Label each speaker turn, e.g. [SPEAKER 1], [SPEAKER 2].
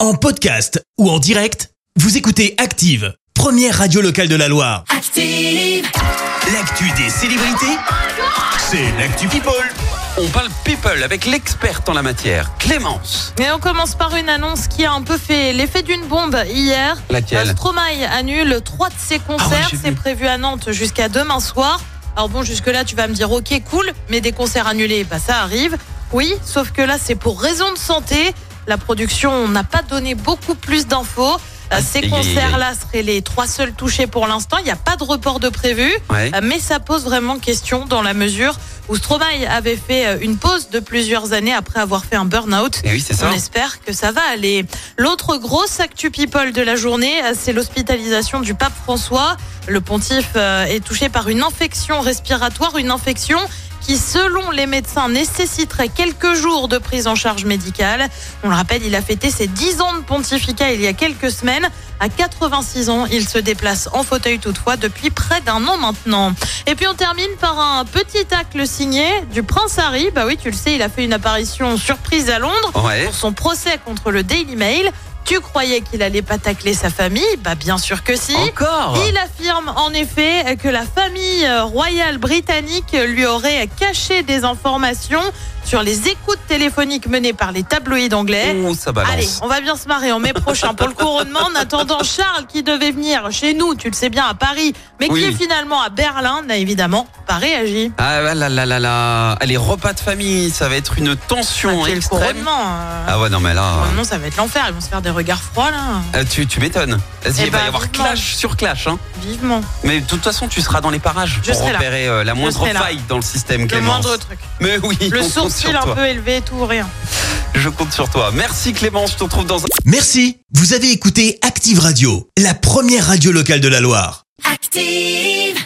[SPEAKER 1] En podcast ou en direct, vous écoutez Active, première radio locale de la Loire.
[SPEAKER 2] Active,
[SPEAKER 1] L'actu des célébrités, c'est l'actu People.
[SPEAKER 3] On parle people avec l'experte en la matière, Clémence.
[SPEAKER 4] Et on commence par une annonce qui a un peu fait l'effet d'une bombe hier.
[SPEAKER 3] Laquelle
[SPEAKER 4] Euh, Stromae annule trois de ses
[SPEAKER 3] Ah ouais,
[SPEAKER 4] concerts.
[SPEAKER 3] j'ai
[SPEAKER 4] C'est
[SPEAKER 3] vu.
[SPEAKER 4] prévu à Nantes jusqu'à demain soir. Alors bon, jusque-là, tu vas me dire, ok, cool, mais des concerts annulés, bah, ça arrive. Oui, sauf que là, c'est pour raison de santé. La production n'a pas donné beaucoup plus d'infos. Euh,
[SPEAKER 3] Aïe,
[SPEAKER 4] Ces
[SPEAKER 3] aïe, aïe, aïe.
[SPEAKER 4] concerts-là seraient les trois seuls touchés pour l'instant. Il n'y a pas de report de prévu.
[SPEAKER 3] Ouais.
[SPEAKER 4] Euh, mais ça pose vraiment question dans la mesure où Stromae avait fait euh, une pause de plusieurs années après avoir fait un burn-out.
[SPEAKER 3] Et Eh oui, c'est ça.
[SPEAKER 4] On espère que ça va aller. L'autre grosse actu people de la journée, euh, c'est l'hospitalisation du pape François. Le pontife euh, est touché par une infection respiratoire, une infection qui, selon les médecins, nécessiterait quelques jours de prise en charge médicale. On le rappelle, il a fêté ses 10 ans de pontificat il y a quelques semaines. À 86 ans, il se déplace en fauteuil toutefois depuis près d'un an maintenant. Et puis on termine par un petit tacle signé du prince Harry. Bah oui, tu le sais, il a fait une apparition surprise à Londres
[SPEAKER 3] Ouais.
[SPEAKER 4] pour son procès contre le Daily Mail. Tu croyais qu'il allait pas tacler sa famille Bah bien sûr que
[SPEAKER 3] Oh.
[SPEAKER 4] si.
[SPEAKER 3] Encore
[SPEAKER 4] Il affirme en effet que la famille euh, royale britannique lui aurait caché des informations sur les écoutes téléphoniques menées par les tabloïds anglais.
[SPEAKER 3] Oh, ça balance.
[SPEAKER 4] eh. Allez, on va bien se marrer en mai prochain pour le couronnement. En attendant, Charles, qui devait venir chez nous, tu le sais bien, à Paris, mais
[SPEAKER 3] Oui.
[SPEAKER 4] qui est finalement à Berlin, n'a évidemment pas réagi.
[SPEAKER 3] Ah là là là là. Allez, repas de famille, ça va être une tension
[SPEAKER 4] Après Ah, le
[SPEAKER 3] extrême.
[SPEAKER 4] couronnement, euh,
[SPEAKER 3] Ah ouais, non mais là.
[SPEAKER 4] couronnement, ça va être l'enfer. Ils vont se faire des regards froids, là.
[SPEAKER 3] euh, tu tu m'étonnes. Vas-y,
[SPEAKER 4] Eh
[SPEAKER 3] il va
[SPEAKER 4] ben,
[SPEAKER 3] y avoir
[SPEAKER 4] vivement.
[SPEAKER 3] clash sur clash. Hein.
[SPEAKER 4] Vivement.
[SPEAKER 3] Mais de toute façon, tu seras dans les parages
[SPEAKER 4] Je
[SPEAKER 3] pour
[SPEAKER 4] serai là.
[SPEAKER 3] repérer euh, la moindre
[SPEAKER 4] serai là.
[SPEAKER 3] faille dans le système,
[SPEAKER 4] Le
[SPEAKER 3] Clémence.
[SPEAKER 4] moindre truc.
[SPEAKER 3] Mais oui,
[SPEAKER 4] Le
[SPEAKER 3] on compte
[SPEAKER 4] sourcil
[SPEAKER 3] sur
[SPEAKER 4] un
[SPEAKER 3] toi.
[SPEAKER 4] peu élevé, tout rien.
[SPEAKER 3] Je compte sur toi. Merci Clémence, je te retrouve dans un.
[SPEAKER 1] Merci, vous avez écouté Active Radio, la première radio locale de la Loire.
[SPEAKER 2] active.